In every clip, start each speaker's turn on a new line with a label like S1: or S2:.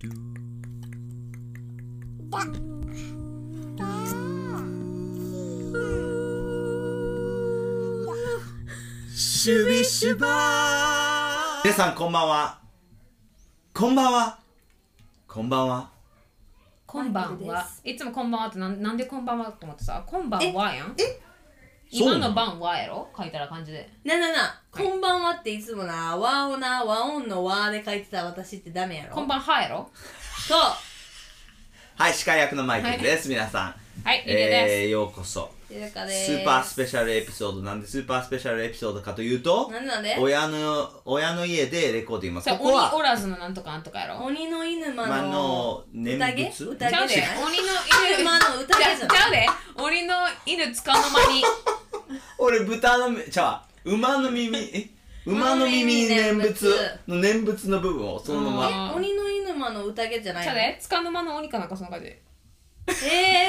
S1: ドゥ
S2: だだ
S1: シュビシュバー皆さんこんばんはこんばんはこんばんは
S3: こんば
S2: マイ
S3: ん
S2: ケルで
S3: は
S2: す。
S3: いつもこんばんはってなんなんでこんばんはと思ってさ、こんばんはやん。
S2: え
S1: そう
S3: 今
S1: なの
S3: の晩はやろ書いたら感じで。
S2: ななな、
S3: はい
S2: こんばんはっていつもな、和をな、和音の和で書いてた私ってダメやろ
S3: こんばんはやろ
S2: そう
S1: はい司会役のマイケルです、皆さん
S3: はい、いい
S1: え
S3: で
S1: ー、ようこそ
S2: ゆうか
S1: ス
S2: です。
S1: ーパースペシャルエピソードなんでスーパースペシャルエピソードかというと
S2: なんなんで
S1: 親の親の家でレコーディング
S3: す。
S1: ます
S3: そ
S1: こ
S3: れ
S1: こは
S3: 鬼おらずのなんとかなんとかやろ
S2: 鬼の犬間
S1: まあ
S2: の
S1: の念
S2: 宴
S1: 仏
S3: ちゃ
S2: 宴
S3: うで、
S2: じゃない
S3: 鬼の
S2: 犬
S3: 犬。
S2: 間の宴
S3: ち
S2: じゃ
S3: ゃ
S2: ない
S3: ちゃうで、鬼の犬つかの間に。
S1: 俺豚のじゃあ馬の耳え馬の耳に念仏の念仏の部分をそのま
S3: う
S1: ま
S3: ん
S2: 鬼の犬間の宴じゃない
S3: ちゃ
S2: の
S3: うで、つかの間の鬼かなんかその感じ。
S2: え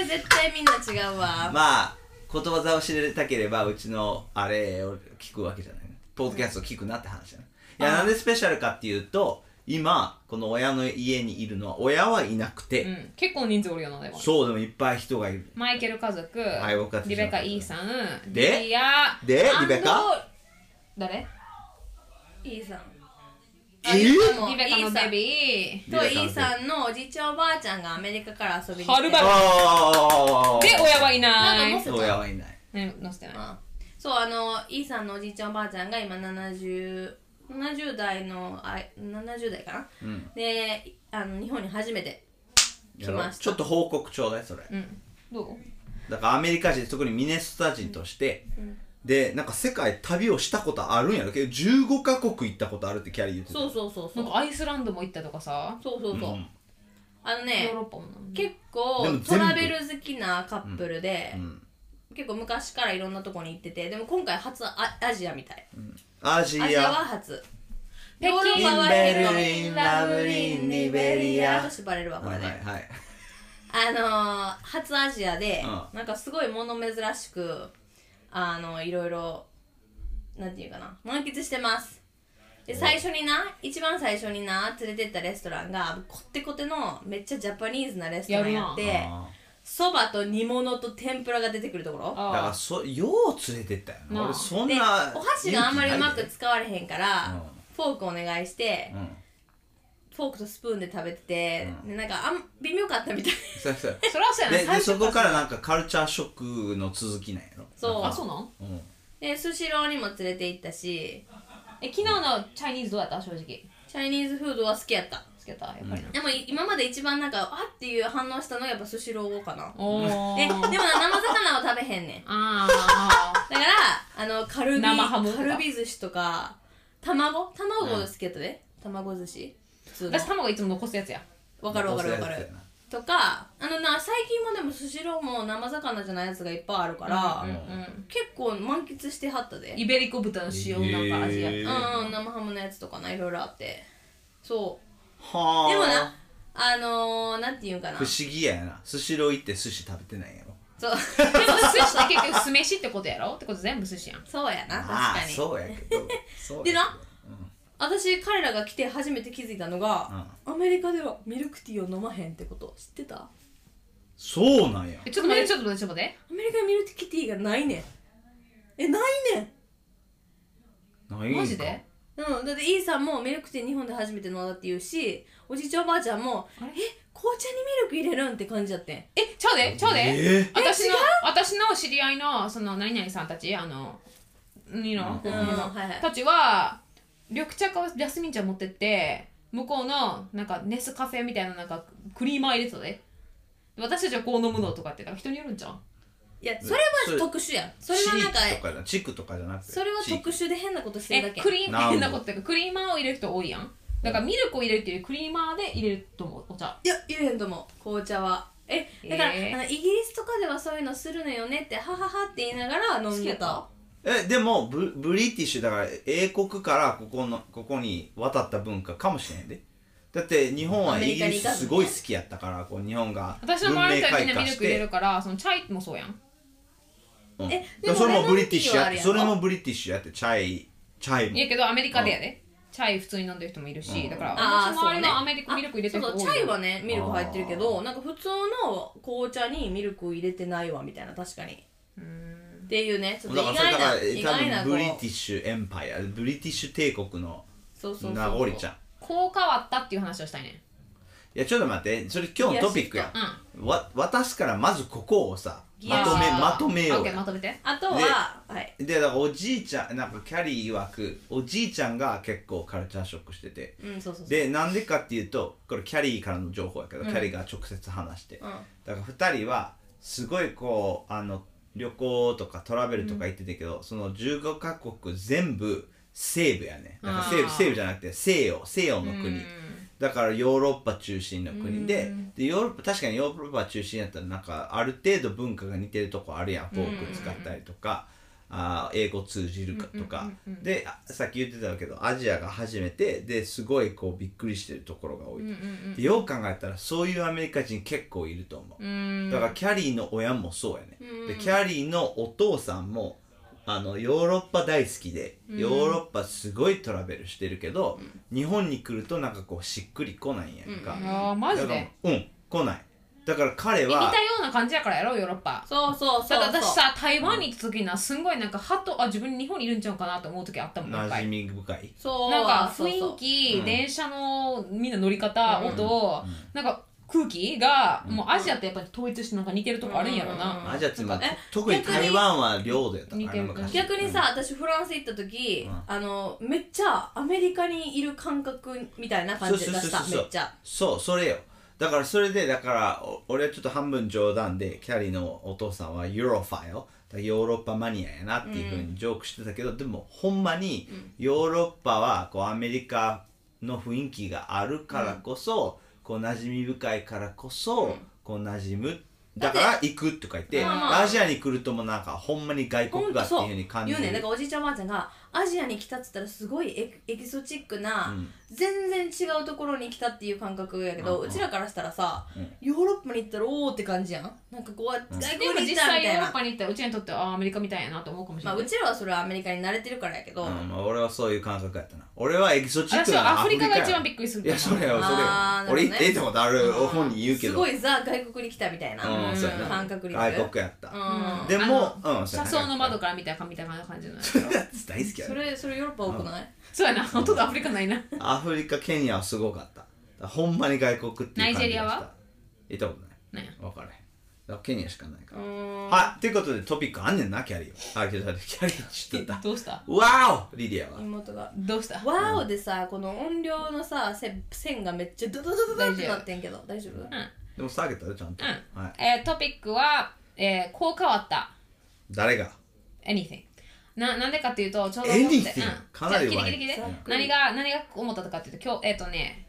S2: ー、絶対みんな違うわ。
S1: まあ言葉ざを知れたければうちのあれを聞くわけじゃないポッドキャストを聞くなって話だねいやなんでスペシャルかっていうと今この親の家にいるのは親はいなく
S3: う
S1: て、
S3: ん、結構人数おるよな、でも。
S1: そうでもいっぱい人がいる
S3: マイケル家族、
S1: い僕たちの
S3: リベカ・イーさん、
S1: で
S3: リディア、
S1: で
S3: アンド
S1: リベカ
S3: 誰
S2: イーさん。
S1: え
S2: あいつも
S3: リベカのデビ
S2: とイーさんのおじいちゃんおばあちゃんがアメリカから遊びに
S3: はるばる
S1: あ
S3: ー。で、親はいな
S2: なん
S3: い。
S2: かもう
S1: 親はいない
S3: ね、載せてない。
S2: あそうあのイーさんのおじいちゃんおばあちゃんが今 70, 70代のあ70代かな、
S1: うん
S2: であの日本に初めて来ました
S1: ちょっと報告ちょうだいそれ
S3: うん。どう
S1: だからアメリカ人特にミネソタ人として、でなんか世界旅をしたことあるんやろけど15カ国行ったことあるってキャリー言ってた
S2: そうそうそうそ
S3: な
S2: うん
S3: かアイスランドも行ったとかさ、
S2: そうそうそう、
S1: うん
S2: あの
S3: ヨ
S2: ね
S3: ーロッパもな
S1: で
S2: 結
S1: も
S2: 構
S1: 全部
S2: トラベル好きなカップルで、
S1: うん
S2: 結構昔からいろんなとこに行っててでも今回初アアジアみたい
S1: アジ
S2: アジアは
S1: ア
S2: 初
S3: 北京
S2: ヨーロッパは
S1: インベルリンラブリンリベリア
S2: ちょっと縛れるわこ
S1: は
S2: れ
S1: い
S2: で、
S1: はいはい
S2: あのー、初アジアで、
S1: う
S2: なんかすごい物珍しくあのいろいろなんていうかな満喫してますで最初にな一番最初にな連れてったレストランがこってこてのめっちゃジャパニーズなレストランやっ
S1: あ
S2: てそばと煮物と天ぷらが出てくるところ
S1: ーだから
S3: あ
S1: そよう連れてったよな
S3: なあ
S1: 俺そん
S2: で
S1: な
S2: お箸があんまりうまく使われへんから、
S1: うん
S2: フォークお願いして、
S1: うん
S2: フォークとスプーンで食べてて、でなんかあん微妙かったみたい
S1: そうそう
S3: あ。それはそうやな、。
S1: ででそこかららなんかカルチャーショックの続きなんやろ
S2: そう
S3: あ、そうなん
S1: うん
S2: でスシローにも連れて行ったし
S3: え、昨日のチャイニーズどうやった正直。
S2: チャイニーズフードは好きやった
S3: つけた、やっぱりな。
S2: でもい今まで一番なんかあっていう反応したのがやっぱスシローかな
S3: おー。
S2: えでもな生魚は食べへんねん
S3: ああ。
S2: だからあのカルビ
S3: 生ハムとか
S2: カルビ寿司とか卵卵好きやったで、卵寿司普通の
S3: 私、卵いつも残すやつや。
S2: わかるわかるわか
S1: そういうや
S2: る
S1: つやな
S2: とかあのな最近もでもスシローも生魚じゃないやつがいっぱいあるから、
S3: うんう
S2: 結構満喫してはったで
S3: イベリコ豚の塩なんか味や
S1: へー
S3: っ
S2: うんうん生ハムのやつとかないろいろあってそう
S1: はあ
S2: でもなあのー、なんていうんかな
S1: 不思議やなスシロー行って寿司食べてないやろ
S2: そう
S3: た。でも、寿司って結局酢飯ってことやろってこと全部寿司やん。
S2: そうやな確
S1: まあ
S2: かに
S1: そうやけ どそうやけ
S2: で
S1: ど
S2: な私彼らが来て初めて気づいたのが、アメリカではミルクティーを飲まへんってこと知ってた
S1: そうなんや
S3: え、ちょっと待って、ちょっと待って、ちょっと待って。
S2: アメリカにミルクティーがないねんえないね
S1: ないんか
S3: マジで
S2: んうんだってイーさんもミルクティー日本で初めて飲んだって言うしおじいちゃんおばあちゃんもえ
S3: あれ
S2: 紅茶にミルク入れるんって感じだってん
S3: え、ちゃうで、ちゃうで。
S1: え
S3: 私の、私の知り合いの、その、何々さんたち、あの、にの、
S1: うん
S2: うんはいはい
S3: たちは、緑茶かジャスミン茶持ってって、向こうの、なんか、ネスカフェみたいな、なんか、クリーマー入れてたで。私たちはこう飲むのとかって、だから人によるんじゃん。
S2: いやそれ
S1: それ
S2: は特殊やんそれはなん
S1: 地
S2: か
S1: 域とかじゃ地区とかじゃなくて
S2: それは特
S1: 殊
S2: 殊で変なことして
S3: え
S2: るだけ、
S3: クリー
S1: なるほど
S3: マーなことっていうか、クリーマーを入れる人多いやん。だから、ミルクを入れるっていうよりクリーマーで入れると思う、お茶。
S2: いや入れへんと思う紅茶はえだから、
S3: えー
S2: あのイギリスとかではそういうのするのよねってはははって言いながら飲んでた
S1: えでもブブリティッシュだから英国からここのここに渡った文化かもしれんでだって日本はイギリスすごい好きやったからこう日本が
S3: 私の
S1: 文明
S3: 周りの人は
S1: 開
S3: みんな
S1: 化
S3: ミル
S1: し
S3: ク入れ
S1: て
S3: るから、そのチャイもそうやん。
S1: うん
S2: え
S1: だからそれ
S2: でも
S1: もブリティッシュやって
S2: レモンティーはあるやん
S1: それもブリティッシュやってチャイチャイも
S3: いやけど、アメリカでやで。チチャイ普通に飲んでる人もいるし、
S1: うん
S3: だから
S2: あー
S3: 私の周り
S2: そうね
S3: のアメリカミルク入れてる
S2: あ
S3: 人
S2: そう
S3: 多い
S2: そう
S3: よ
S2: チャイはねミルク入ってるけどなんか普通の紅茶にミルク入れてないわみたいな確かに
S3: うーん
S2: っていうねちょっと
S1: だ
S2: 意
S1: からそれだ
S2: 外
S1: から
S2: な意
S1: 多
S2: 外な
S1: 分ブリティ
S2: こう
S1: ッシュエンパイアブリティッシュ帝国の
S2: そうそうそう
S1: 名残ちゃん
S2: ん
S3: こう変わったっていう話をしたいね
S1: いやちょっと待ってそれ今日のトピックや
S3: うん
S1: わ渡すからまずここをさ
S2: ギ
S1: ま
S2: ア
S1: とめ
S2: あー
S1: まとめよ
S3: オッ
S1: う
S3: ケー
S1: や
S3: まとめて
S2: あとははい
S1: でだからおじいちゃんなんかキャリー曰くおじいちゃんが結構カルチャーショックしてて
S2: うんそうそうそう
S1: でなんでかっていうとこれキャリーからの情報やけど、
S2: うん
S1: キャリーが直接話して、
S2: うん
S1: だから2人はすごいこうあの旅行とかトラベルとか行ってたけど、その15カ国全部西部やねだから西
S3: あ
S1: 部
S3: ー
S1: 西部じゃなくて西洋西洋の国、
S3: うん
S1: だからヨーロッパ中心の国で,、
S2: うん
S1: でヨーロッパ確かにヨーロッパ中心やったらなんかある程度文化が似てるとこあるやんフォーク使ったりとか、あー英語通じるかとか、
S3: うんうんうんうん
S1: であさっき言ってたけどアジアが初めてですごいこうびっくりしてるところが多い、
S3: うんうん
S1: でよう考えたらそういうアメリカ人結構いると思う、
S3: うん
S1: だからキャリーの親もそうやね、
S2: うん
S1: でキャリーのお父さんもあのヨーロッパ大好きで、ヨーロッパすごいトラベルしてるけど、日本に来るとなんかこうしっくりこないんやんか、
S2: うん
S3: あーマ
S1: だ
S3: ジ
S1: か
S3: で
S1: らうん来ないだから彼
S3: え似たよ
S1: は
S3: うな感じやからやろヨーロッパ
S2: そうそうそう
S3: た
S2: そう
S3: だ私さ台湾に行った時なすんごいなんかハッとあ自分日本にいるんちゃうかなと思う時あったもんなん
S1: 馴
S3: か
S1: 染み深い
S2: そう
S3: なんか
S2: そうそう
S3: 雰囲気、
S1: うん
S3: 電車のみんな乗り方、
S2: うん
S3: 音、
S1: うん
S3: なんか空気が、もうアジアってやっぱり統一してなんか似てるとこあるんやろ
S2: うんうんうん
S3: な、
S1: アジアって今
S2: なんかえ
S1: 特に
S2: 逆に
S1: 台湾は領土やったか
S3: 似
S1: ら
S3: てる
S1: 昔
S2: 逆にさ、私フランス行った時、
S1: うん
S2: あのめっちゃアメリカにいる感覚みたいな感じで出し
S1: そうそうそ
S2: た
S1: うそう
S2: めっちゃ
S1: そうそれよだからそれでだからお俺はちょっと半分冗談でキャリーのお父さんはユーロファイルだからヨーロッパマニアやなっていうふうにジョークしてたけど、でもほんまにヨーロッパはこうアメリカの雰囲気があるからこそ、こう馴染み深いからこそ、こう馴染むだから行くとか言って
S2: まあまあ
S1: アジアに来るともなんかほんまに外
S2: ほ
S1: 国
S2: ん
S1: が
S2: と
S1: っていう
S2: そう
S1: ふうに感じ
S2: 言う
S1: る
S2: ねなんかおじいちゃんおばあちゃんがアジアに来たっつったらすごいエキエキゾチックな、
S1: うん
S2: 全然違うところに来たっていう感覚やけ
S1: う
S2: ど、うん
S1: うん
S2: ちらからしたらさ、
S1: うん
S2: ヨーロッパに行ったらおーって感じやんなんかこう、
S1: ん
S2: 外
S3: でも
S2: 国に
S3: 実
S2: 行ったみ
S3: 際ヨー
S2: たい
S3: ロッ
S2: な
S3: パに行ったらうちにとってはあーアメリカみたいやなと思うかもしれ
S2: ま
S3: な
S2: あ
S3: い、
S2: うちらはそれはアメリカに慣れてるからやけど、
S1: うんまあ、俺はそういう感覚やったな俺はエキゾチック
S3: 私
S1: な
S3: はアフリカが
S1: や
S3: 一番びっくりする
S1: いや、それよ、それよ
S2: あ。
S1: 俺
S2: ーなるほどね
S1: 行って行ったことある本に言うけど。
S2: すごいザ外国に来たみたいな、
S1: うん、そうやな。
S2: 感覚になる
S1: 外国やった。
S2: うん
S1: でも、
S3: あの
S1: うん、そう
S3: 車
S1: やな
S3: 窓の窓。から見たみたいな感じの
S1: 大好きや
S2: そ
S1: ね。
S2: れそれヨーロッパ多くない、
S3: そうやなほとんどアフリカないな
S1: アフリカ、ケニアはすごかった。ほんまに外国っていう感じがした
S3: ナイジェリアは
S1: 行ったことない。
S3: なんや
S1: 分からへん。だからケニアしかないから。
S2: うん
S1: はい、ということでトピックあんねんな、キャリーは。あ、けど、キャリー知ってた。
S3: どうした
S1: わおリディアは。
S2: 妹が
S3: どうした
S2: 「ワオ!」でさこの音量のさせ線がめっちゃドドドドドってなってんけど大丈夫
S3: うん、うん
S1: でも下げたで、ちゃんと。はい。
S3: えートピックは、えーこう変わった
S1: 誰が
S3: anything ななんでかっていうとちょうど思って、
S1: Anything？かなり
S3: じゃあ聞
S1: ワイ
S3: いて聞いて聞いて
S2: うん
S3: 何が何が思ったとかっていうと今日えっ、とね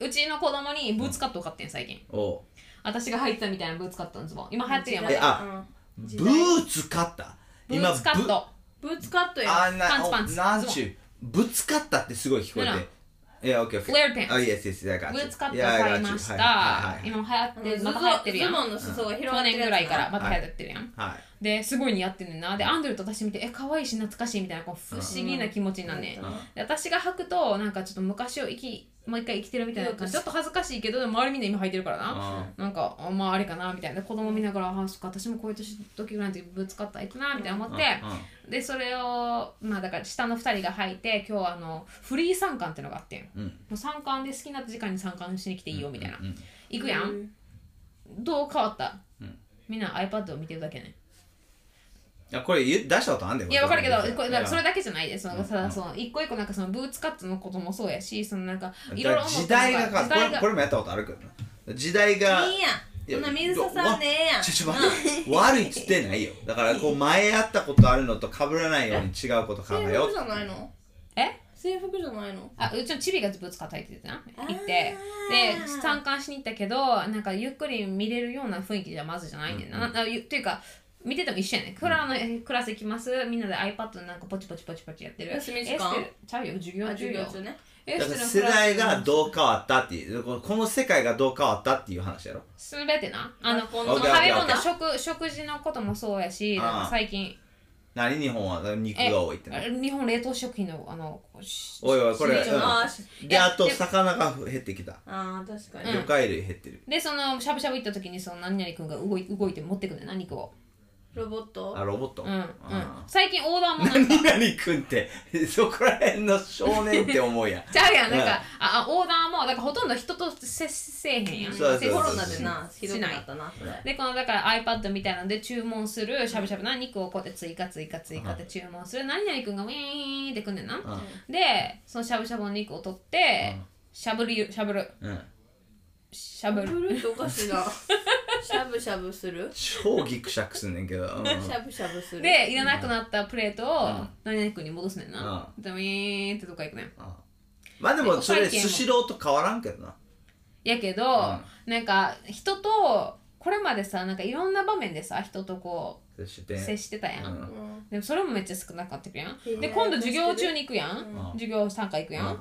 S3: うちの子供にブーツカットを買ってん最近
S1: おう
S3: 私が履いてたみたいなブーツカットのズボン今流行ってるやん
S1: えあ
S2: うん
S1: ブ
S2: 時代
S1: ーツ買った
S3: ブーツカット
S2: ブーツカットや
S1: あな
S3: パンツパンツ
S1: おなんちゅうぶつかったってすごい聞こ
S3: な
S1: え
S3: ら
S1: て。いや、オッケーオッケー。
S3: Flare pants
S1: あ、イエスイエス、だから。
S3: ブーツカットを買いました、
S1: はいはいはい
S3: 今流行ってまた流行ってるやん
S2: ズボンの裾が広が
S3: 去
S2: って
S3: 年
S2: る
S3: ぐらいから
S2: ま
S3: また流行ってるやん、
S1: はいはい。
S3: ですごい似合ってんねんなでアンドルと私見てえ可愛いし懐かしいみたいなこう不思議な気持ちになんねん、
S1: うんうん
S3: で私が履くとなんかちょっと昔を生きもう一回生きてるみたいな感じちょっと恥ずかしいけどでも周りみんな今履いてるからな、
S1: あ
S3: なんかあまああれかなみたいな子供見ながらあそっか私もこういう年時ぐらいの時ぶつかったらいいかなみたいな思って、
S1: うんうん
S3: でそれをまあだから下の2人が履いて今日はあのフリー参観っていうのがあってんも
S1: うん。
S3: う参観で好きな時間に参観しに来ていいよみたいな、
S1: うん
S3: 行くやん、どう変わった、みんな iPad を見てるだけね
S1: いや、これ言う出したことあんだよ。
S3: いやわかるけど
S1: これ
S3: これだからそれだけじゃないですその
S1: う
S3: さ
S1: ん
S3: その一個一個なんかそのブーツカットのこともそうやしそのなんかいろい
S1: だ
S3: ろ
S1: から
S3: 思
S1: 時
S3: った
S1: 代
S3: の
S1: が
S3: が
S1: か
S3: 時
S1: これこ
S3: 代が
S1: れもやったことあるけどな。時代が。
S2: いいやんそんな水ささんでええやん
S1: ちょちょ待って悪いっつってないよだからこう前やったことあるのと被らないように違うこと考え
S2: 制
S1: よう
S2: 服じゃないの
S3: え
S2: 制服じゃないの
S3: あうちのチビがぶつかったりって言ってな
S2: あー
S3: 行ってで参観しに行ったけどなんかゆっくり見れるような雰囲気じゃまずじゃないねんな,な、なゆっていうか見てても一緒やねんクラの、えクラス行きますみんなで iPad なんかポチポチポチポチやってる
S2: 休み時間
S3: えしてるちゃうよ授業
S2: あ
S3: 授
S2: 授
S3: 業
S2: 業中ね
S3: え
S1: だから
S3: して
S1: 世
S3: るクラス
S1: 代がどう変わったっていうこのこの世界がどう変わったっていう話やろ
S3: すべてなあの
S2: 学校
S3: そ
S2: の
S3: の
S1: オッ
S3: 食
S1: ケー
S3: べ
S1: オッケ
S3: 物
S1: ー
S3: 食食事のこともそうやし
S1: あー
S3: なんか最近
S1: 何日本は肉
S3: え
S1: が多いってね
S3: 日本冷凍食品のあのし
S1: おいおいこれ、
S3: しし
S2: あ
S1: うん、であと魚が減ってきた
S2: ああ確かに、
S1: 魚介類減ってる、
S3: でそのしゃぶしゃぶ行った時にその何々君が動い動いて持ってくんだよな肉を
S2: ロボット
S1: あロボット、
S3: うんうん
S1: あ
S3: 最近オーダーも
S1: ー
S3: なんか
S1: 何々くんって そこら辺の少年って思うやん
S3: ちゃうやんなんか、
S1: うん
S3: ああオーダーもだからほとんど人と接せえへんやん
S1: そうそうそう
S3: 接
S2: コ
S3: し
S2: ロナでな
S3: し
S2: ひどくなったなそれ
S3: でこのだから iPad みたいなので注文するしゃぶしゃぶな肉をこうやって追加追加追加って注文する何々君がウィーンってくんねんな、でそのしゃぶしゃぶの肉を取って、
S1: うん
S3: しゃぶるしゃぶる
S1: うん、うん、
S3: しゃぶ
S2: ブ
S3: る
S2: ルーっておかしいなしゃぶしゃぶする
S1: 超ギクシャクすんねんけど、うん
S2: しゃぶしゃぶする
S3: でいらなくなったプレートを
S1: うん
S3: 何々君に戻すねんな、でウィーンってどっか行くねん
S1: まあでもそ
S3: お
S1: れ
S3: 会計
S1: ス
S3: も
S1: シローと変わらんけどな
S3: やけど、
S1: う
S3: なんか人とこれまでさなんかいろんな場面でさ人とこ
S1: 接し
S3: う
S1: て
S3: 接してたやん、
S1: うん
S2: うん
S3: でもそれもめっちゃ少なかったや
S2: へ
S3: ん
S2: ー
S3: で今度授業中に行くやん、
S1: うん
S3: 授業参加行くやん、
S1: うん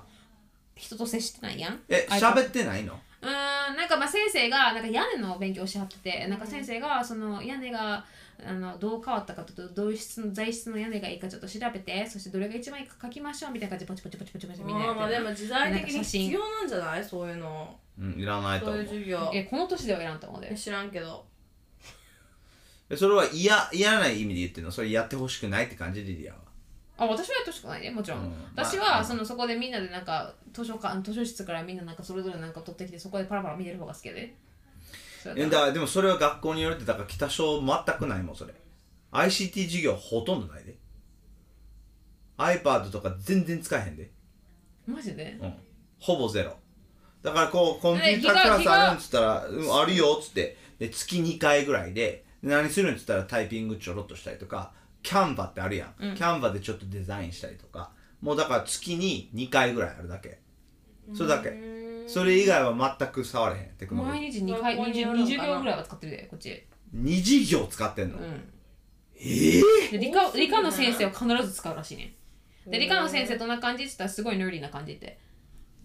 S3: 人と接してないやん
S1: え
S3: あ
S1: 喋ってないの
S3: うーんなんかまあ先生がなんか屋根の勉強しはっててなんか先生がその屋根があのどう変わったかとどういう質の材質の屋根がいいかちょっと調べてそしてどれが一番いいか書きましょうみたいな感じでポチポチポチポチポチみんなや
S2: あーまあ
S3: って
S2: で
S3: る
S2: も時代的に必要なんじゃないそういうの
S1: うんいらないと
S2: そう
S1: 思
S2: いう
S1: う
S2: 授業
S3: えこの年では選んと思うで
S2: え知らんけど
S1: えそれは嫌嫌な意味で言ってるのそれやってほしくないって感じリリアは
S3: あ私はやってほしくないねもちろん、
S1: うん
S3: 私
S1: ま
S3: は
S1: あ
S3: そのそこでみんなでなんか図書館図書室からみんななんかそれぞれなんか取ってきてそこでパラパラ見てる方が好きやでそう
S1: え
S3: や
S1: だ
S3: った
S1: からでもそれは学校によるってだから北小全くないもんそれ ICT 授業ほとんどないで iPad とか全然使えへんで、
S3: マジで
S1: うん、ほぼゼロだからこうコンピュータ
S3: え
S1: ー
S3: 日が
S1: クラスあるんつったら「うんあるよ」っつってで月2回ぐらいでで何するんつったらタイピングちょろっとしたりとかキャンバってあるやん、キャンバでちょっとデザインしたりとかもうだから月に2回ぐらいあるだけそれだけそれ以外は全く触れへんテクノロジー
S3: 毎日2回
S2: 学校によ
S3: 20,
S2: るのかな
S3: 20秒ぐらいは使ってるでこっち
S1: 二次業使ってんの、
S3: うん
S1: ええ
S3: で理科理科の先生は必ず使うらしいねで理科の先生どんな感じって言ったらすごいヌーリーな感じって、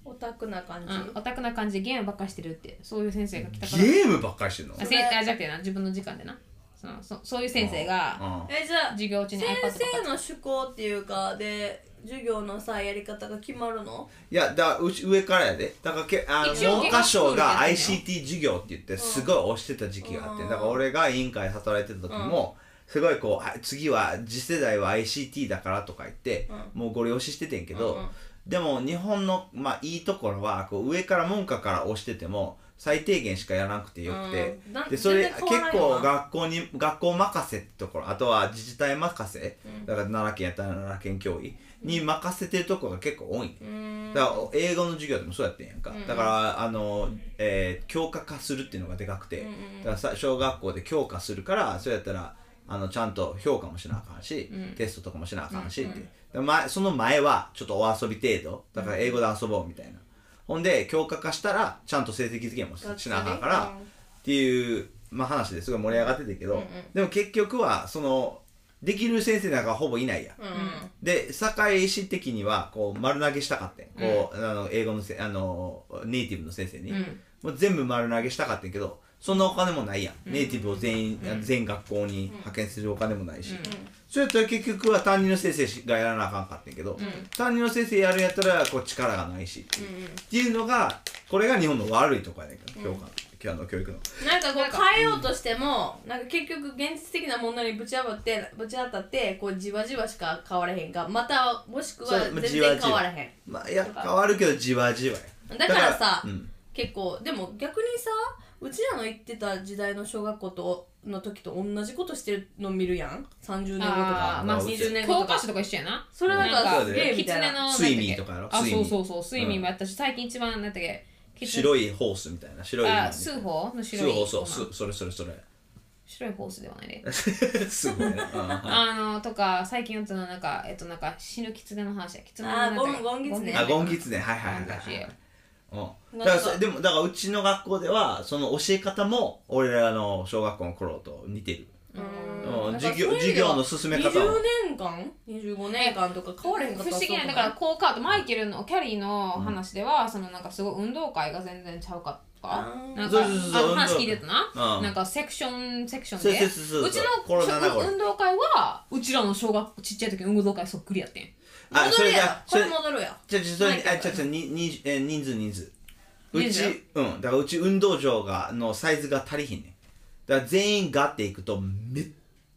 S2: オタクな感
S3: う
S2: じ
S3: ん、オタクな感じでゲームばっかしてるってそういう先生が来たから
S1: ゲームばっかりしてんの
S3: あせあじゃなくてな自分の時間でなそのそそういう先生が
S1: うん
S2: えじゃあ
S3: 授業中に iPad
S2: 先
S3: とか使って
S2: 生の趣向っていうかで授業のさやり方が決まるの
S1: いやだうち上からやでだからけあの
S3: 一応
S1: 文科省が
S3: 学校
S1: ICT 授業って言ってすごい推してた時期があってだから俺が委員会で働いてた時もすごいこうあ次は次世代は ICT だからとか言ってもうご利用ししててんけ
S2: うんう
S1: ど
S2: ん
S1: でも日本のまあいいところはこう上から文科から推してても最低限しかやらなくてよくて
S2: うんなん
S1: でそれ
S2: 全
S1: 結
S2: 然変わらんよな
S1: 構学校に学校任せってところあとは自治体任せだから奈良県やったら奈良県教委に任せてるところが結構多いね
S2: うーん
S1: だから英語の授業でもそうやってんやんか、だからあの、えー教科化するっていうのがでかくて、だからさ小学校で教科するからそれやったらあのちゃんと評価もしなあかんし、テストとかもしなあかんしって、で前その前はちょっとお遊び程度だから英語で遊ぼうみたいな、ほんで教科化したらちゃんと成績付けもししなあかんから、っていう、まあ、話ですごい盛り上がってたけど、でも結局はそのできる先生なんかほぼいないやん
S2: うん
S1: で堺医師的にはこう丸投げしたかってんこう、あの英語のせあのネイティブの先生に、
S3: ん
S1: もう全部丸投げしたかってんけどそんなお金もないやん、ネイティブを全員、全学校に派遣するお金もないし、それと結局は担任の先生がやらなあかんかってんけど、担任の先生やるんやったらこう力がないしっていう,、っていうのがこれが日本の悪いとこやねんけど教科、今日の教育の。
S2: なんかこう変えようとしてもなんか結局現実的なものにぶち当たってぶち当たってこうじわじわしか変わらへんがまたもしくは
S1: そうまあ
S2: 全
S1: じわ
S2: 然
S1: じわ
S2: 変わらへん
S1: まあいや変わるけどじわじわや
S2: だからさ
S1: うん、
S2: 結構でも逆にさうちらの行ってた時代の小学校との時と同じことしてるの見るやん30年後と
S3: あ
S2: か
S3: ーまあ
S2: 20年後
S3: 教
S2: と
S3: 科
S2: か
S3: 書とか一緒やな
S2: それはなん
S1: なん
S2: か
S1: か
S2: すげえみたいな
S3: の
S1: スイミーとかやろ
S3: あ
S1: スイ
S3: そ
S1: ミ
S3: う
S1: ー
S3: そうそうスイミーもやったし、最近一番なんだっけキツネ
S1: 白いホースみたいな白い
S3: あスーホーの
S1: ス
S3: 白
S1: ー
S3: い
S1: ホーそう
S3: まあ
S1: スそれそれそれ
S3: 白いホースではないね
S1: すごいねうんあ
S3: あのとか最近やったのはなんかえっとなんか死ぬキツネの話やキツネの
S2: あ
S3: な
S2: ー
S3: んだっけ
S2: ゴンゴンキツネ
S1: ゴンギツネはいはいはい
S3: なんか
S1: はいはいうん、
S2: な
S1: だ
S2: んか
S1: からそでもだからうちの学校ではその教え方も俺らの小学校の頃と似てる、うん
S3: だから
S1: 授
S3: そう
S1: 業
S3: いう意味
S1: 授
S3: では
S1: 業の進め
S2: 20
S1: 方も
S2: 年間25年間とか変わらへんかっ
S3: 不
S2: た
S3: 思議なだからこうカートマイケルのキャリーの話では、そのなんかすごい運動会が全然ちゃうかか
S2: あー
S3: なんか
S1: そうそうそう
S3: あの話聞いてたな、
S1: うん
S3: なんかセクションセクション
S1: そう
S3: で
S1: そうそうそう
S3: ち
S1: コロナだ
S3: の
S1: これ
S3: 運動会はうちらの小学ちっちゃい時の運動会そっくりやってん
S1: あ
S2: 戻
S1: そ
S2: る
S1: れ
S2: や
S1: だ
S2: こ
S1: そ
S2: れ
S1: れ
S2: 戻るや
S1: ちょちょそれ
S3: ないから
S1: あちょちょににえ人数人数う
S3: 人
S1: ち
S3: 数
S1: うんだからうち運動場がのサイズが足りひんねんだから全員がっていくとめっ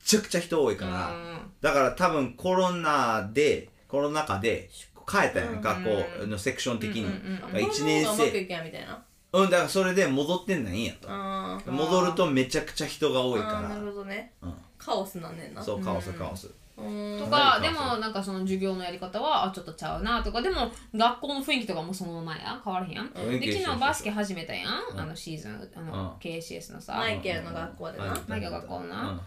S1: ちゃくちゃ人多いから、
S3: うん
S1: だから多分コロナでコロナ禍で変えたやん学校のセクション的に、
S3: うんうんうん
S1: だか
S2: あこ
S1: ら
S2: れ
S1: 一年
S2: の方がうまく
S1: 生
S2: いけやみたいな
S1: うんだからそれで戻ってんなんやと
S2: あー
S1: 戻るとめちゃくちゃ人が多い
S2: あーなる
S1: か
S2: ほどね
S1: ら、うん、
S2: カオスなんねんな
S1: そうカオスカオス、
S2: うーん
S3: と
S1: とか
S3: かでもなんかその授業のやり方はあちょっとちゃうなとかでも学校の雰囲気とかもそのままや変わらへんやん
S1: うん
S3: で昨日バスケ始めたやん、
S1: うん
S3: あのシーズンあの、
S1: うん
S3: KCS のさ、
S2: マイケルの学校でな
S1: うん
S3: マイケルの学校な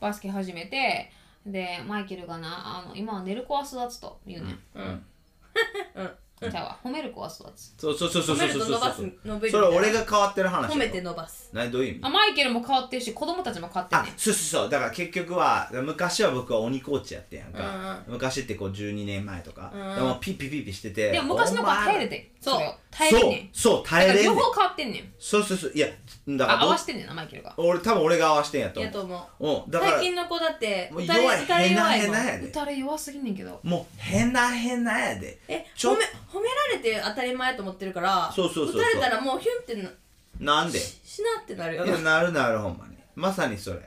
S3: バスケ始めてでマイケルがなあの今は寝る子は育つと言うね、
S1: うんうん
S3: ん、じゃあ褒める子は育つ
S1: そうそうそうそうそうそう
S2: 褒めると伸ばす伸びるみたいな
S1: それは俺が変わってる話
S2: 褒めて伸ばす
S1: 何どういう意味
S3: あマイケルも変わってるし子供たちも変わってる
S1: あ
S3: ね
S1: そうそうそうだから結局は昔は僕は鬼コーチやってんやんか、昔ってこう12年前とか、
S2: うん
S1: でもピッピピッピしてて
S3: でも昔の子は耐えれて
S2: そう
S3: れを耐えれんねん
S1: そうそう
S3: だ
S1: 耐
S3: か
S1: え
S3: ら
S1: れんね
S3: 両
S1: ん
S3: 方変わってんねん
S1: そうそうそういやだから
S3: あ合
S1: ど
S3: わせてんねんなマイケルが
S1: 俺多分俺が合わしてんやと
S2: い
S1: 思
S2: や
S1: う
S2: と思う
S1: うん、だから
S2: 最近の子だって
S1: もう
S2: 打
S1: 弱
S2: たれ
S1: い
S2: 打たれ
S1: 変な
S2: 弱い
S1: 変
S2: もん
S1: なや
S3: 打
S1: で
S3: たれ弱すぎんねんけど
S1: もう変な変なやで
S2: え
S1: ちょ
S2: 褒め褒められて当たり前と思ってるから
S1: そうそうそうそう
S2: 打たれたらもうヒュンってな
S1: なんでい
S2: しなってなるよ
S1: やなるなるほんまにまさにそれ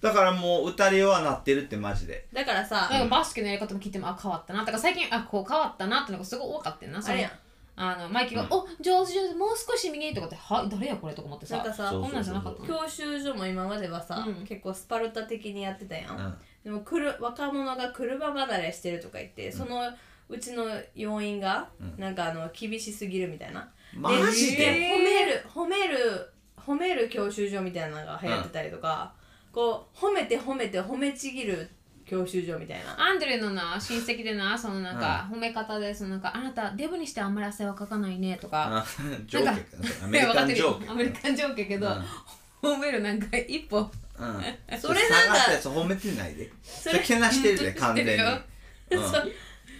S1: だからもう打たれようはなってるってマジで
S2: だからさ
S3: なんかバスケのやり方も聞いてもあ変わったなだから最近あこう変わったなってのがすごい多かったんなそ
S2: あれ
S3: れ
S2: やん
S3: あのマイケルが「お上手上手もう少し右」とかって「は誰やこれ」とか思ってさ
S2: なんかさ
S1: そう
S3: こんなんじゃなかったの
S2: 教習所も今まではさ、
S3: うん
S2: 結構スパルタ的にやってたやん、
S1: うん
S2: でもくる若者が車離れしてるとか言って、そのうちの要員が、なんかあの厳しすぎるみたいな
S1: マジ
S2: で
S1: で、
S2: 褒める褒める褒める教習所みたいなのが流行ってたりとか、こう褒めて褒めて褒めちぎる教習所みたいな
S3: アンドレのな親戚でなそのなんか褒め方でそのなんか「あなたデブにしてあんまり汗はかかないね」とか
S1: あ ジョークやけどアメリカンジョーク
S3: アメリカンジョークやけど、褒めるなんか一歩
S1: うん
S2: それなん
S1: 下
S2: か
S1: がったやつ褒めてないでそれ
S2: れ
S1: けなしてるで完全に、
S3: してるよ
S1: うん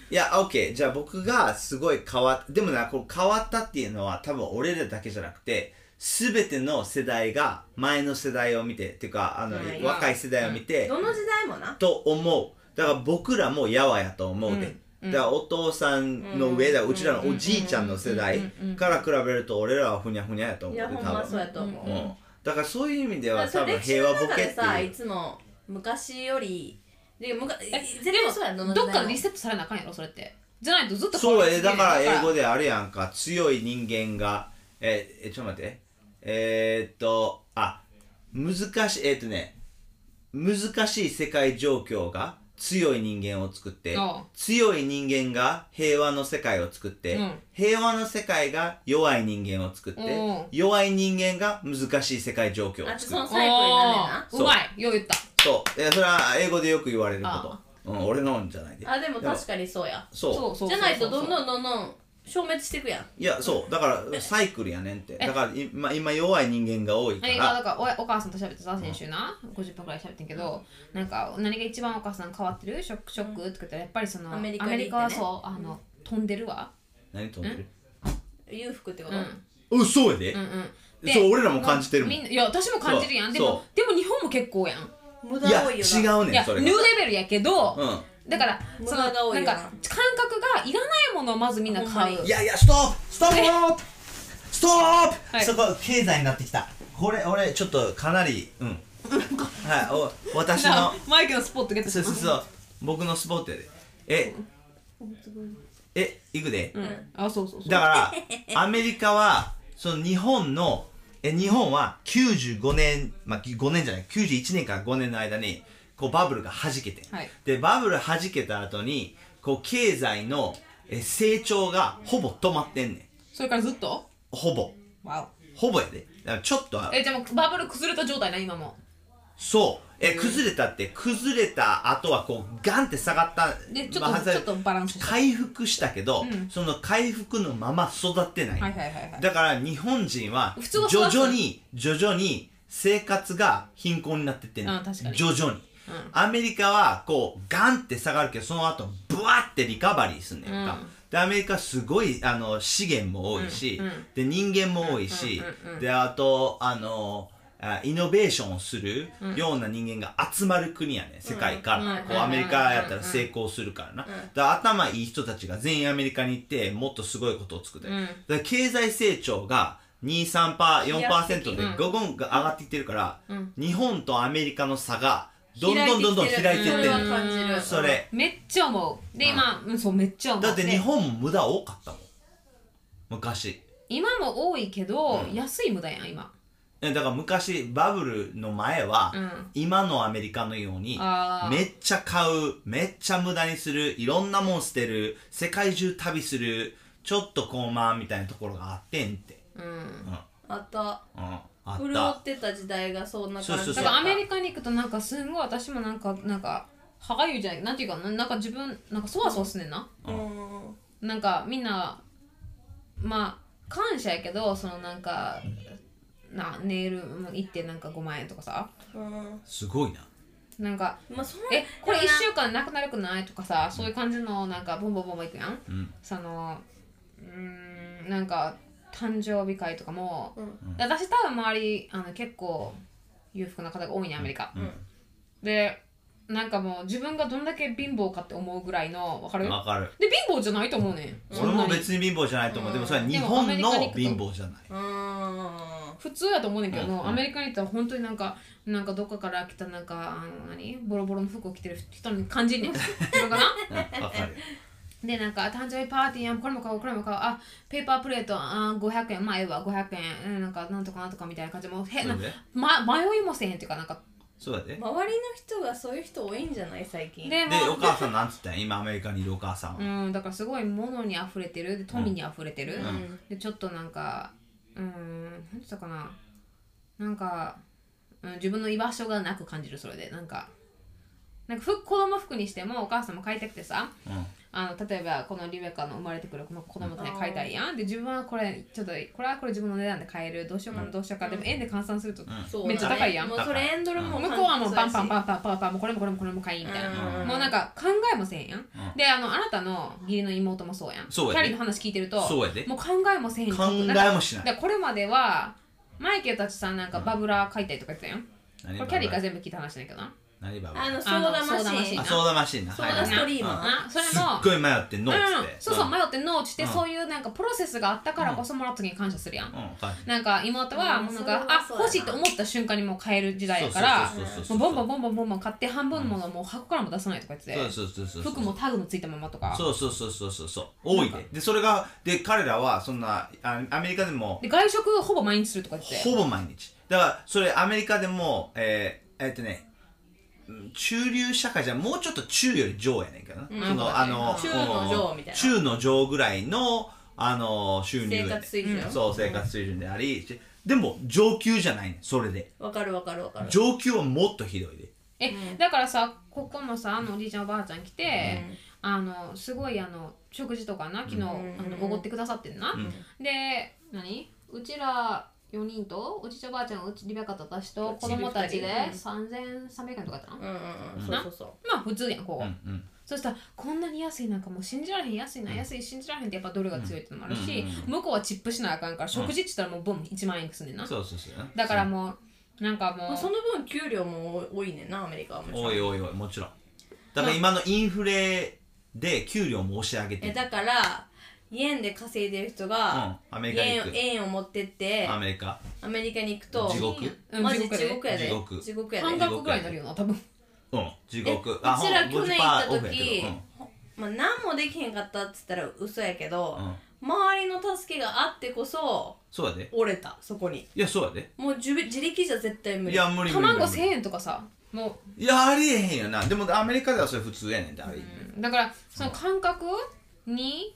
S1: いや OK じゃあ僕がすごい変わっでもなこう変わったっていうのは多分俺らだけじゃなくて全ての世代が前の世代を見てっていうかあの、
S2: はい
S1: 若い世代を見て、
S2: どの時代もな
S1: と思うだから僕らもやわやと思うで、だからお父さんの上だ、うちらのおじいちゃんの世代から比べると俺らはふにゃふにゃやと思
S2: いう
S1: で
S2: や
S1: 多
S2: ほん
S1: 分
S2: まそうやと思う、
S1: うんだからそういう意味で
S2: だか
S1: は
S2: らそ
S1: 多
S2: れ
S1: 分
S2: 歴史
S1: 平
S2: の
S1: 和ボケ
S2: 中で
S1: って
S2: さ
S1: い
S2: いうつも昔よりでむか
S3: で
S2: 全
S3: も
S2: 部そうやんどの時代
S3: ど
S2: も
S3: っかでリセットされなあかんやろそれってじゃないとずっと
S1: そうえだから英語
S3: で
S1: であるやんか強い人間がええちょっと待ってえー、っとあ難しいえーっとね難しい世界状況が強い人間を作って
S3: ああ
S1: 強い人間が平和の世界を作って、
S3: うん
S1: 平和の世界が弱い人間を作って
S3: うん
S1: 弱い人間が難しい世界状況を
S2: あ
S1: 作
S2: その
S1: る
S2: サイクルになるな
S1: そう
S3: うまいよう言った
S1: そういやそれは英語でよく言われるこ
S3: あ
S1: と、うん、俺のんじゃないで
S2: あでも確かにそうや
S1: そう
S3: そうそう
S2: じゃないとどんど
S3: ん
S2: んどんどん消滅していくやん
S1: いやそうだからサイクルやねんってだから今今弱い人間が多いか
S3: 映画
S1: ら
S3: だからおお母さんと喋ってさ先週な、50分くらい喋ってんけど、なんか何が一番お母さん変わってるショックショックって言ったらやっぱりその
S2: アメリカに行ってね
S3: はそうあの飛んでるわ、
S1: 何飛んでる
S2: 裕福ってこ
S3: うん、
S2: と、
S3: うん
S1: うそうやで、
S3: うんで
S1: そう俺らも感じてるもん
S3: みんないや私も感じるやんで
S1: そ
S3: もでも日本も結構やん
S2: 無
S1: い
S2: 駄
S1: や
S2: 多いよな
S1: 違う
S3: い
S1: ね
S3: や
S1: んそれ
S3: ニュー
S1: が
S3: レベルやけど、
S1: う
S3: だから
S2: 無
S3: そのな
S2: 駄
S3: ん
S2: が多
S3: か
S2: い
S3: 感
S2: よな
S3: 覚がいらないものをまずみんな
S2: ほんま
S3: 買
S2: に
S3: うん
S1: いやいやストップストップストップ、
S3: はい
S1: そこ経済になってきたこれ俺ちょっとかなりうんはいお私
S3: な
S1: の
S3: マイクのスポットゲットし
S1: そうそうそう僕のスポーツやでええ行くで、
S3: うんあそうそうそう
S1: だから、アメリカは、その日本の、え、日本は95年、まあ、5年じゃない、91年から5年の間に、こうバブルが弾けて、
S3: はい
S1: で、バブル弾けた後に、こう経済のえ成長がほぼ止まってんねん。
S3: それからずっと
S1: ほぼ。
S3: わ
S1: ほぼやで。だからちょっとは
S3: おえじゃあもうバブル崩れた状態な今も
S1: そう。え、崩れたって、崩れた後はこうガンって下がった。
S3: でちょっと、
S1: まあ外れ
S3: ちょっとバランスして
S1: 回復したけど、その回復のまま育ってない。
S3: はいはいはいはい
S1: だから日本人は
S3: 普通は育つ
S1: 徐々に徐々に生活が貧困になってってんの
S3: あ確かに
S1: 徐々にアメリカはこうガンって下がるけどその後ブワッてリカバリーすんねんか、
S3: うん
S1: でアメリカすごいあの資源も多いし、
S3: うんうん
S1: で人間も多いし、
S3: うんうんうん
S1: であとあのあイノベーションをするような人間が集まる国やね、世界から、
S3: うんう
S1: こ
S3: ん
S1: うアメリカやったら成功するからな、だから頭いい人たちが全員アメリカに行ってもっとすごいことを作って、
S3: うん
S1: だから経済成長が23%パー4%で
S3: うん
S1: ゴゴンが上がってきてるから、
S3: うん
S1: 日本とアメリカの差がどんどんどんどん開いていって
S2: それは
S1: る
S2: 感じる
S1: それ
S3: めっちゃ思うで今、うん、そうめっちゃ思う
S1: だって
S3: で
S1: 日本無駄多かったもん昔
S3: 今も多いけど、安い無駄やん今
S1: えだから昔バブルの前は、
S3: うん
S1: 今のアメリカのように
S3: あー
S1: めっちゃ買うめっちゃ無駄にするいろんなもん捨てる世界中旅するちょっと高慢みたいなところがあってんって、
S3: うん
S2: あった
S1: うん、あっ
S2: 潤ったてた時代がそんな
S1: そう
S2: 感
S1: そう
S2: じ
S1: そ
S3: だ
S1: う
S3: からアメリカに行くとなんかすんごい私もなんかなんか歯がゆいじゃないなんていうかななんか自分なんかそわそわすんねんな
S2: うん
S3: なんかみんなまあ感謝やけどそのなんかなネイルも行ってなんか5万円とかさ
S2: うん
S1: すごいな
S3: なんか
S2: まあそん
S3: えこれ1
S2: でもな
S3: 週間なくなるくないとかさそういう感じのなんかボンボンボンボンいくやん、
S1: ん
S3: そのうーんなんか誕生日会とかも、
S2: ん
S3: 私多分周りあの結構裕福な方が多いねアメリカ、でなんかもう自分がどんだけ貧乏かって思うぐらいのわかる
S1: わかる
S3: で貧乏じゃないと思うね、ん、
S1: 俺も別に貧乏じゃないと思う、でもそれは日本
S3: でも
S1: の
S3: アメリカに
S1: 貧
S3: 行く
S1: 乏じゃない
S2: うん
S3: 普通やと思うねんけど、
S1: うんうん
S3: アメリカに行ったら本当になんかなんかどっかから来たなんかあの何ボロボロの服を着てる人に 感じんねんわかな
S1: うんわかる
S3: でなんか誕生日パーティーやんこれも買おうこれも買おうあペーパープレートあー500円まあええわ500円うんなんかなんとかなんとかみたいな感じでもうへ
S1: そ
S3: な
S1: うね、
S3: ま、迷いもせへんっていうかなんか
S1: そうだね
S2: 周りの人がそういう人多いんじゃない最近
S3: で
S1: で
S3: も
S1: お母さんなんつったん今アメリカにいるお母さんは、
S3: うんだからすごい物に溢れてるで富に溢れてる、
S2: ん
S3: でちょっとなんかうーん何て言ったかななんか、うん、自分の居場所がなく感じるそれでなんかなんか服子供服にしてもお母さんも買いたくてさ
S1: うん
S3: あの例えばこのリベカの生まれてくるこの子供たちに買いたいやんで自分はこれちょっとこれはこれ自分の値段で買えるどうしようかなどうしようかでも円で換算すると、
S2: そう
S3: めっちゃ高いやん
S2: もうそれエンドルも
S3: 向こうはもうパンパンパンパンパンパンもうこれもこれもこれも買いみたいな、
S2: うん
S3: もうなんか考えもせんやん、であのあなたの義理の妹もそうやん
S1: そうや
S3: キ
S1: で
S3: ャリーの話聞いてると
S1: そうやで
S3: もう考えもせん
S1: 考えもしない
S3: でこれまではマイケルたちさんなんかバブラー買いたいとか言ってたやん、
S1: 何バ
S3: これ
S1: ブ
S3: キャリーが全部聞いた話だけどな
S1: 何バブ
S2: あのソ
S3: あ
S2: ー
S3: の
S2: ダマ
S3: ソーダマ
S2: シ
S3: シ
S2: ン
S3: ン
S1: あソーダマシンな
S2: ソーダストリーム
S1: はい
S2: な
S3: あそれ
S1: すっ
S3: も
S1: ごい迷ってんのっつっ
S3: うん
S1: て、
S3: そうそう
S1: うん
S3: 迷ってノーチって、
S1: うん
S3: そういうなんかプロセスがあったからこそもらった時に感謝するやん、
S1: うんはい
S3: なんか妹はもうなんか、
S2: うん
S3: あ
S2: そうだな
S3: 欲しいと思った瞬間にもう買える時代やから
S1: そうそうそう
S3: も
S1: そうう
S3: ボンボンボンボンボンボン買って半分のものをもう箱からも出さないとか言ってて、
S1: そうそうそうそう
S3: 服もタグのついたままとか
S1: そうそうそうそうそうそう多いででそれがで彼らはそんなあアメリカでも
S3: で外食ほぼ毎日するとか言ってて
S1: ほぼ毎日だからそれアメリカでもえー、えーっとねうん中流社会じゃもうちょっと中より上やねんけどな、そ
S3: そう
S1: の
S3: だ
S1: あ
S3: ね
S1: の
S2: 中の上みたいな
S1: 中の上ぐらいのあの収入やね
S2: 生活水準
S1: うんそう生活水準であり、しでも上級じゃないねんそれで
S2: わかるわかるわかる
S1: 上級はもっとひどいで
S3: え、だからさここもさあのおじいちゃんおばあちゃん来て、あのすごいあの食事とかな昨日、あのおごってくださってんな、で何うちら4人とおじいちゃんおばあちゃんうちリベカと私と子供たちで
S2: う
S3: 3300円とかやったな、
S2: うんうんうんそうそうそ
S3: まあ普通やんここ、
S1: うんうん
S3: そしたらこんなに安いなんかもう信じられへん安いな安い信じられへんってやっぱドルが強いってのもあるし、向こうはチップしなあかんから食事っつったらもうボン1万円すんねんな、
S1: そうそうそう
S3: だからもうなんか
S2: う
S3: も
S2: ま
S3: う
S2: あその分給料も多いねんなアメリカはもちろ
S1: お
S2: ん
S1: いおいおいもちろんだから今のインフレで給料も押し上げて
S2: え
S1: る
S2: だから円で稼いでる人が
S1: うんアメリカに行
S2: 円
S1: く
S2: 円を持ってって
S1: アメリカ
S2: アメリカに行くと
S1: 地獄
S3: うん
S2: マジ
S3: 地獄やで
S2: 地獄やで
S1: 地獄
S2: 地獄やで
S3: 半額ぐらいになるよな多分
S1: うん地
S2: え
S1: 獄
S2: うちら
S1: ほ
S2: 去
S1: ん
S2: 年行った
S1: 50%オフやけ
S2: 時
S1: どうん、
S2: ほまあ、何もできへんかったっつったら嘘やけど、
S1: う
S2: 周りの助けがあってこそ
S1: そうやで
S2: 折れたそこに
S1: いやそうやで
S2: もう自分自力じゃ絶対無理
S1: いや無理無理無
S3: 卵
S1: 理
S3: 1000円とかさもう
S1: いやありえへんよなでもアメリカではそれ普通やねんってあれ、
S3: だからその感覚に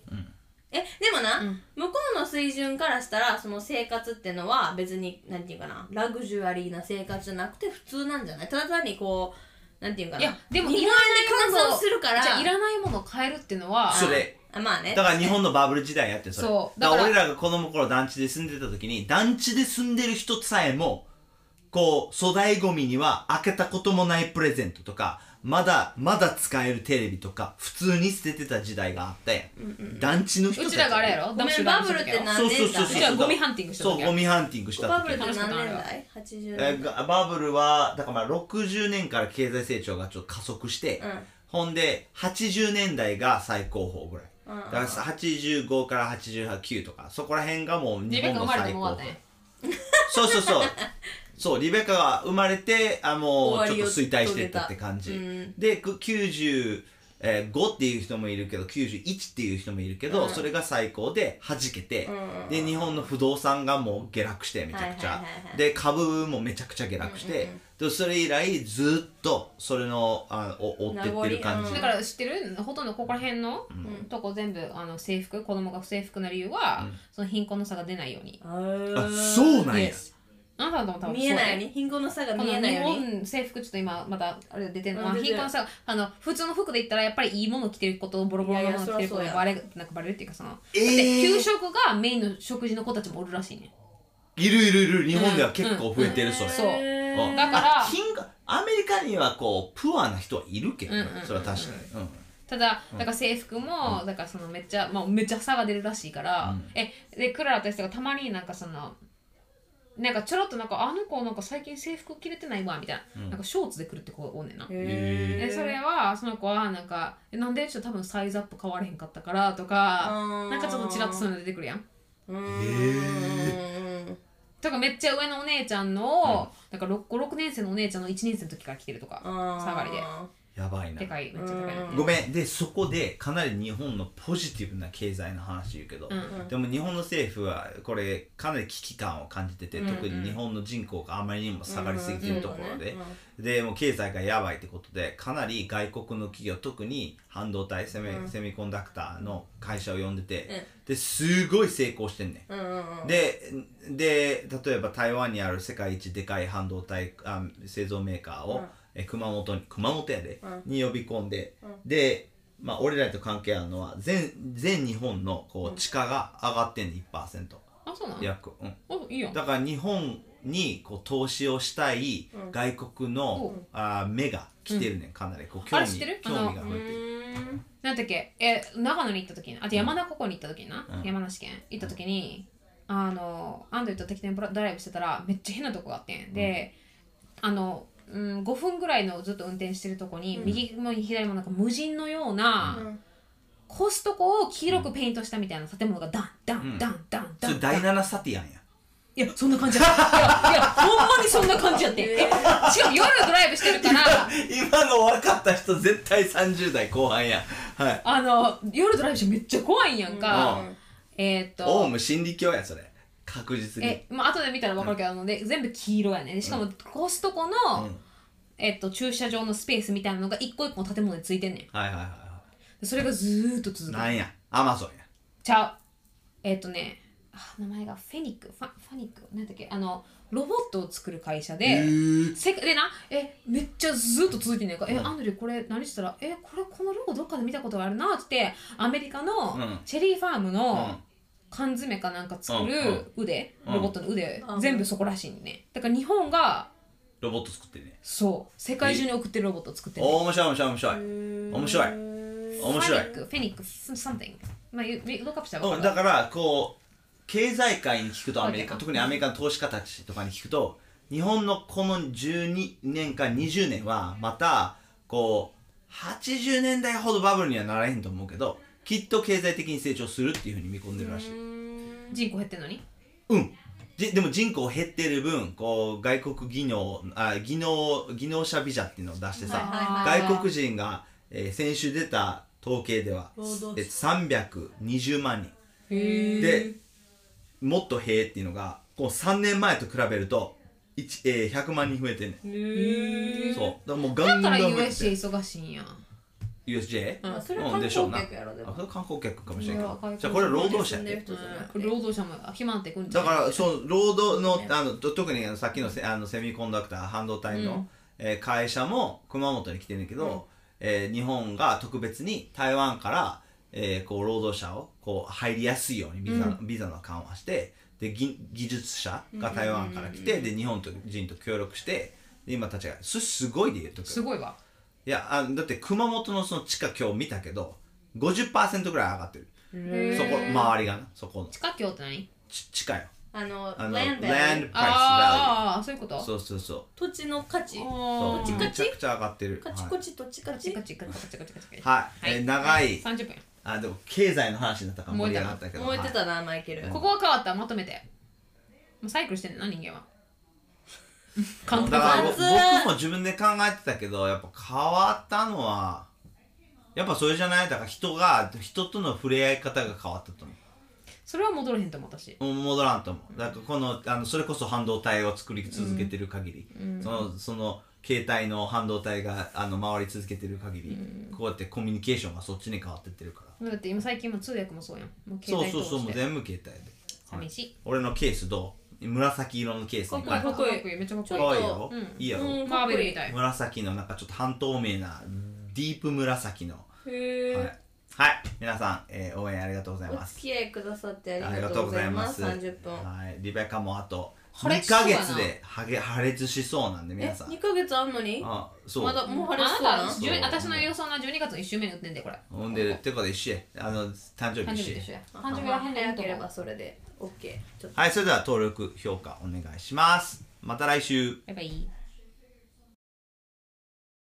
S2: えでもな、向こうの水準からしたらその生活ってのは別になんていうかなラグジュアリーな生活じゃなくて普通なんじゃないただ単にこうなんていうかない
S3: やでも
S2: 日本円で換算するから
S3: じゃあいらないものを変えるっていうのは
S1: それ
S2: あまあね
S1: だから日本のバブル時代やってそれ
S3: そう
S1: だ
S3: だ
S1: か
S3: からら
S1: 俺らが子供の頃団地で住んでた時に団地で住んでる人さえもこう、粗大ゴミには開けたこともないプレゼントとか、まだ、まだ使えるテレビとか、普通に捨ててた時代があって、団地の人
S3: う
S1: たち
S3: ちらがあれやろ
S2: ごめんバブルって何
S1: そうそう
S2: 年
S1: そうそうう。
S3: ちら
S2: 代
S3: ゴミハンティングした時
S1: そう、ゴミハンティングした時
S2: バブルって何
S3: 楽しか
S2: 年
S3: ったな
S2: 代 ?80
S1: え
S2: 年
S1: ー
S2: 代。
S1: がバブルはだからまあ60年から経済成長がちょっと加速して、
S2: うん
S1: ほんで80年代が最高峰ぐらい、
S2: うん
S1: だから85から89とかそこら辺がもう
S3: リ
S1: 日
S3: ベ
S1: 本
S3: カ
S1: の
S3: 生まれて
S1: 最
S3: も
S1: 高峰
S3: 終わったね
S1: そうそう そうそうリベカが生まれてあもう
S2: 終
S1: ち
S2: わ
S1: ょっ
S2: り
S1: と
S2: を
S1: 衰退していったって感じ、
S2: 遂げたうん
S1: でく95っていう人もいるけど91っていう人もいるけど、
S2: うん
S1: それが最高で弾けて、
S2: うん
S1: で日本の不動産がもう下落してめちゃくちゃ、
S2: はいはいはいはい
S1: で株もめちゃくちゃ下落して、でそれ以来ずっとそれのあお追ってってる感じ、
S2: 名残うん
S3: だから知ってるほとんどここら辺の
S2: ん
S3: とこ全部あの制服子供が不制服な理由は、その貧困の差が出ないように
S1: あ
S2: あ
S1: そうなんや
S3: Yes あなたのとも多分
S2: 見えない
S3: そう
S2: よう
S3: ね
S2: に貧困の差が
S3: こ
S2: 見
S3: の
S2: えない
S3: 日
S2: ように
S3: 本制服ちょっと今まだあれ出てるの、
S2: うん
S3: あ
S2: 出てる
S3: 貧困の差があの普通の服で言ったらやっぱりいいもの着てることボロボロのもの着てることが
S2: いやいや
S3: バレなんかバレるっていうかその、
S1: えー
S3: だって給食がメインの食事の子たちもおるらしいね
S1: いるいるいる日本では結構増えてる、それ、
S3: そう
S2: へ
S1: う
S2: ー
S1: ん
S3: だから
S1: あ貧困アメリカにはこうプアな人はいるけどね、
S3: うんうんうんうん
S1: それは確かに、うん
S3: ただだから制服も、だからそのめっちゃ、まあ、めっちゃ差が出るらしいから、えでクララとエステがたまになんかそのなんかちょろっとなんかあの子なんか最近制服着れてないわみたいな,、なんかショーツで来るって子がおんねんな、
S2: へ
S3: で
S2: ー
S3: それはその子はなんかえなんでちょっと多分サイズアップ変われへんかったからとか
S2: あー
S3: なんかちょっとちらっとそういうの出てくるやん
S2: うーん
S3: とかめっちゃ上のお姉ちゃんの、なんか 6, 6年生のお姉ちゃんの1年生の時から来てるとか
S2: あー
S3: 下がりで
S1: やばいな
S3: でかいめっちゃ高いの
S1: ごめんでそこでかなり日本のポジティブな経済の話言うけど、
S3: うん
S1: でも日本の政府はこれかなり危機感を感じてて、特に日本の人口があまりにも下がりすぎてるところで、
S2: うんうん
S1: でもう経済がやばいってことでかなり外国の企業特に半導体セミ,、セミコンダクターの会社を呼んでて、ですごい成功してんねん。
S2: うんうんうん
S1: でで例えば台湾にある世界一でかい半導体あ製造メーカーを、え熊本に熊本やで、に呼び込んで、で、まあ、俺らと関係あるのは全全日本のこう地価が上がってんね1%
S3: あそうなの
S1: 約、うん、
S3: おいいよ
S1: だから日本にこう投資をしたい外国の、あ目が来てるねんかなりこう興
S3: あれ
S1: 味
S3: 知ってる
S1: 興味が増えてる。
S3: なんだっけえ長野に行った時にあと山中湖に行った時にな、山梨県行った時に、あのアンドリューと適当にブラドライブしてたらめっちゃ変なとこがあってんで、あの、うん、5分ぐらいのずっと運転してるとこに、右も左もなんか無人のような、
S2: ん
S3: コストコを黄色くペイントしたみたいな建物がダンダ
S1: ん
S3: ンダンダン
S1: そ
S3: ダ
S1: れ
S3: ン
S1: 第7サティアンや
S3: いや、そんな感じやった。い や、いやほんまにそんな感じやってん。えしかも夜ドライブしてるから、
S1: 今の分かった人絶対30代後半やはい
S3: あの、夜ドライブしてめっちゃ怖いんやんか。
S1: うん
S3: えーっと。
S1: オウム真理教やそれ確実に
S3: え、まあ後で見たら分かるけど、あので全部黄色やねでしかもコストコの、
S1: うん
S3: えっと、駐車場のスペースみたいなのが一個一個の建物についてんねん
S1: はいはいはいは
S3: でそれがずーっと続
S1: い
S3: く
S1: なんやアマゾンや
S3: ちゃうえっとねあ名前がフェニックファファニックなんだっけあのロボットを作る会社でせでなえめっちゃずーっと続いてんねんか、えアンドリューこれ何したらえこれこのロゴどっかで見たことがあるなってアメリカの
S1: うん
S3: チェリーファーム
S1: うん
S3: の缶詰かなんか作る腕、
S1: うん
S3: ロボットの腕、全部そこらしいねだから日本が
S1: ロボット作ってるね
S3: そう世界中に送ってるロボットを作ってる、ね
S1: おー面白い面白い面白い面白い面白い
S3: フェニックフェニック something まあ you- you look up したら
S1: う
S3: 分か
S1: ん、
S3: る
S1: だからこう経済界に聞くとアメリカ
S3: そう
S1: 特
S3: だよ
S1: にアメリカの投資家たちとかに聞くと日本のこの12年か20年はまたこう80年代ほどバブルにはならへんと思うけどきっと経済的に成長するっていうふうに見込んでるらしい
S3: 人口減ってんのに
S1: うんじでも人口減ってる分こう外国技能あ技能技能者ビザっていうのを出してさ、
S3: はいはい
S1: 外国人が、えー先週出た統計では、え
S2: 労働者
S1: ー320万人
S3: へえ
S1: でもっとへえっていうのがこう3年前と比べると、一えー、100万人増えてんねんそうだからもうガ
S3: だ
S1: ン
S3: か
S1: ガ
S3: ら
S1: ン増え
S3: USJ
S1: てて
S3: 忙しいんや
S1: USJ?
S2: まあそれは
S1: うん
S2: 観
S1: でしょう
S2: 光
S1: な
S2: 客やろで
S1: あ
S2: も
S1: それ観光客かもしれんけ
S3: いや
S1: ど
S3: 外国
S1: じゃあこれ労働者
S2: 住
S1: や
S2: ん
S1: で
S2: でる人じゃなくて
S3: 労働者も暇なんて来るんじゃ
S1: だ
S3: ない
S1: からその労働のあのと特にあのさっきのせあのセミコンダクター半導体の、えー会社も熊本に来てるけど、えー日本が特別に台湾から、えーこう労働者をこう入りやすいようにビザ,、ビザの緩和してで技技術者が台湾から来て、で日本人と協力してで今立ち上がるそれすごいで言うとく
S3: すごいわ
S1: いやあだって熊本のその地価今日見たけど50%ぐらい上がってる
S3: へー
S1: そこ周りがなそこの
S3: 地下橋って何
S1: ち地価よ
S2: あの
S1: あの
S2: ランド
S1: land
S3: ああそういうこと
S1: そうそうそう
S2: 土地の価値
S1: そ
S3: あ
S1: う
S2: チカチ
S1: めちゃくちゃ上がってる
S2: カチコチ土地価
S3: カチ
S2: 値
S3: カチカチカチカチカチ
S1: はい、えー長い
S3: 30分
S1: あでも経済の話になったから盛り上がったけど
S2: 燃えて
S1: はい
S2: たなマイケル
S3: ここは変わったまとめてもうサイクルしてんねんな人 間は簡単
S1: だからぼ
S2: 熱い
S1: 僕も自分で考えてたけどやっぱ変わったのはやっぱそれじゃないだから人が人との触れ合い方が変わったと思う
S3: それは戻らへんと思う私
S1: もう戻らんと思うだからこのあのそれこそ半導体を作り続けてる限り、そのその携帯の半導体があの回り続けてる限り、こうやってコミュニケーションがそっちに変わってってるから
S3: だって今最近も通訳もそうやんもう
S1: そう
S3: 携帯
S1: そう
S3: 通
S1: そうも
S3: し
S1: う
S3: て
S1: 全部携帯で
S3: 寂しい
S1: 俺のケースどう紫色のケースに
S2: かっこいい
S1: 変え
S2: かっこいい
S3: めっちゃかっこ
S1: た
S3: い
S1: か
S3: い
S1: わいいよ、
S3: うん
S1: いいやろ、
S2: うん
S3: マーベルみたい
S1: 紫のなんかちょっと半透明なディープ紫の、
S2: へ
S1: は
S2: ー
S1: い、はい、皆さん、えー応援ありがとうござい
S2: お
S1: ま
S2: 付
S1: す
S2: き合いくださってあ
S1: あ
S2: り
S1: りが
S2: がと
S1: と
S2: う
S1: う
S2: ご
S1: ご
S2: ざ
S1: ざ
S2: い
S1: い
S2: ま
S1: ますす
S2: 30分
S1: はい、リベカもあと
S3: 破
S1: 2
S3: 裂しそう
S1: ヶ月
S3: やな
S1: ではげ破裂しそうなんで
S2: え
S1: 皆さん
S2: 二ヶ月あんのに
S1: あそう
S2: まだもう晴れそう
S3: あ
S2: な
S3: なた
S2: の
S1: う
S3: 10私の予想の12月の1週目に打ってんでこれ
S1: ほんでってことで一緒やあの誕生
S3: 誕
S1: 日
S3: 生
S1: 一緒や
S3: 日と一緒や
S2: 誕
S3: 誕生
S2: 生日
S3: 日
S2: が
S3: は
S2: 早
S3: 変
S2: け
S3: け
S2: れ
S3: れ
S2: ば
S3: ば
S2: それで OK ちょっと
S1: はいそれでは登録評価お願いしますまた来週
S3: バイバイ